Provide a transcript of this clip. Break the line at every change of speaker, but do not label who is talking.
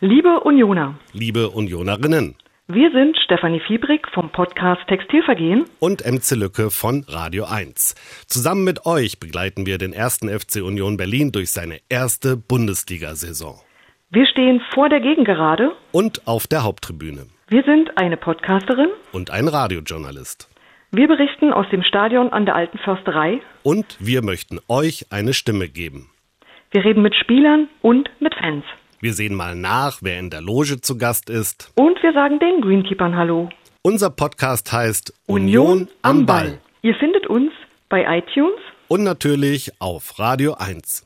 Liebe Unioner,
Liebe Unionerinnen
wir sind Stefanie Fiebrig vom Podcast Textilvergehen.
und MC Lücke von Radio 1. Zusammen mit euch begleiten wir den ersten FC Union Berlin durch seine erste Bundesliga-Saison.
Wir stehen vor der Gegengerade.
Und auf der Haupttribüne.
Wir sind eine Podcasterin.
Und ein Radiojournalist.
Wir berichten aus dem Stadion an der Alten Försterei.
Und wir möchten euch eine Stimme geben.
Wir reden mit Spielern und mit Fans.
Wir sehen mal nach, wer in der Loge zu Gast ist.
Und wir sagen den Greenkeepern Hallo.
Unser Podcast heißt Union am Ball.
Ihr findet uns bei iTunes,
Und natürlich auf Radio 1.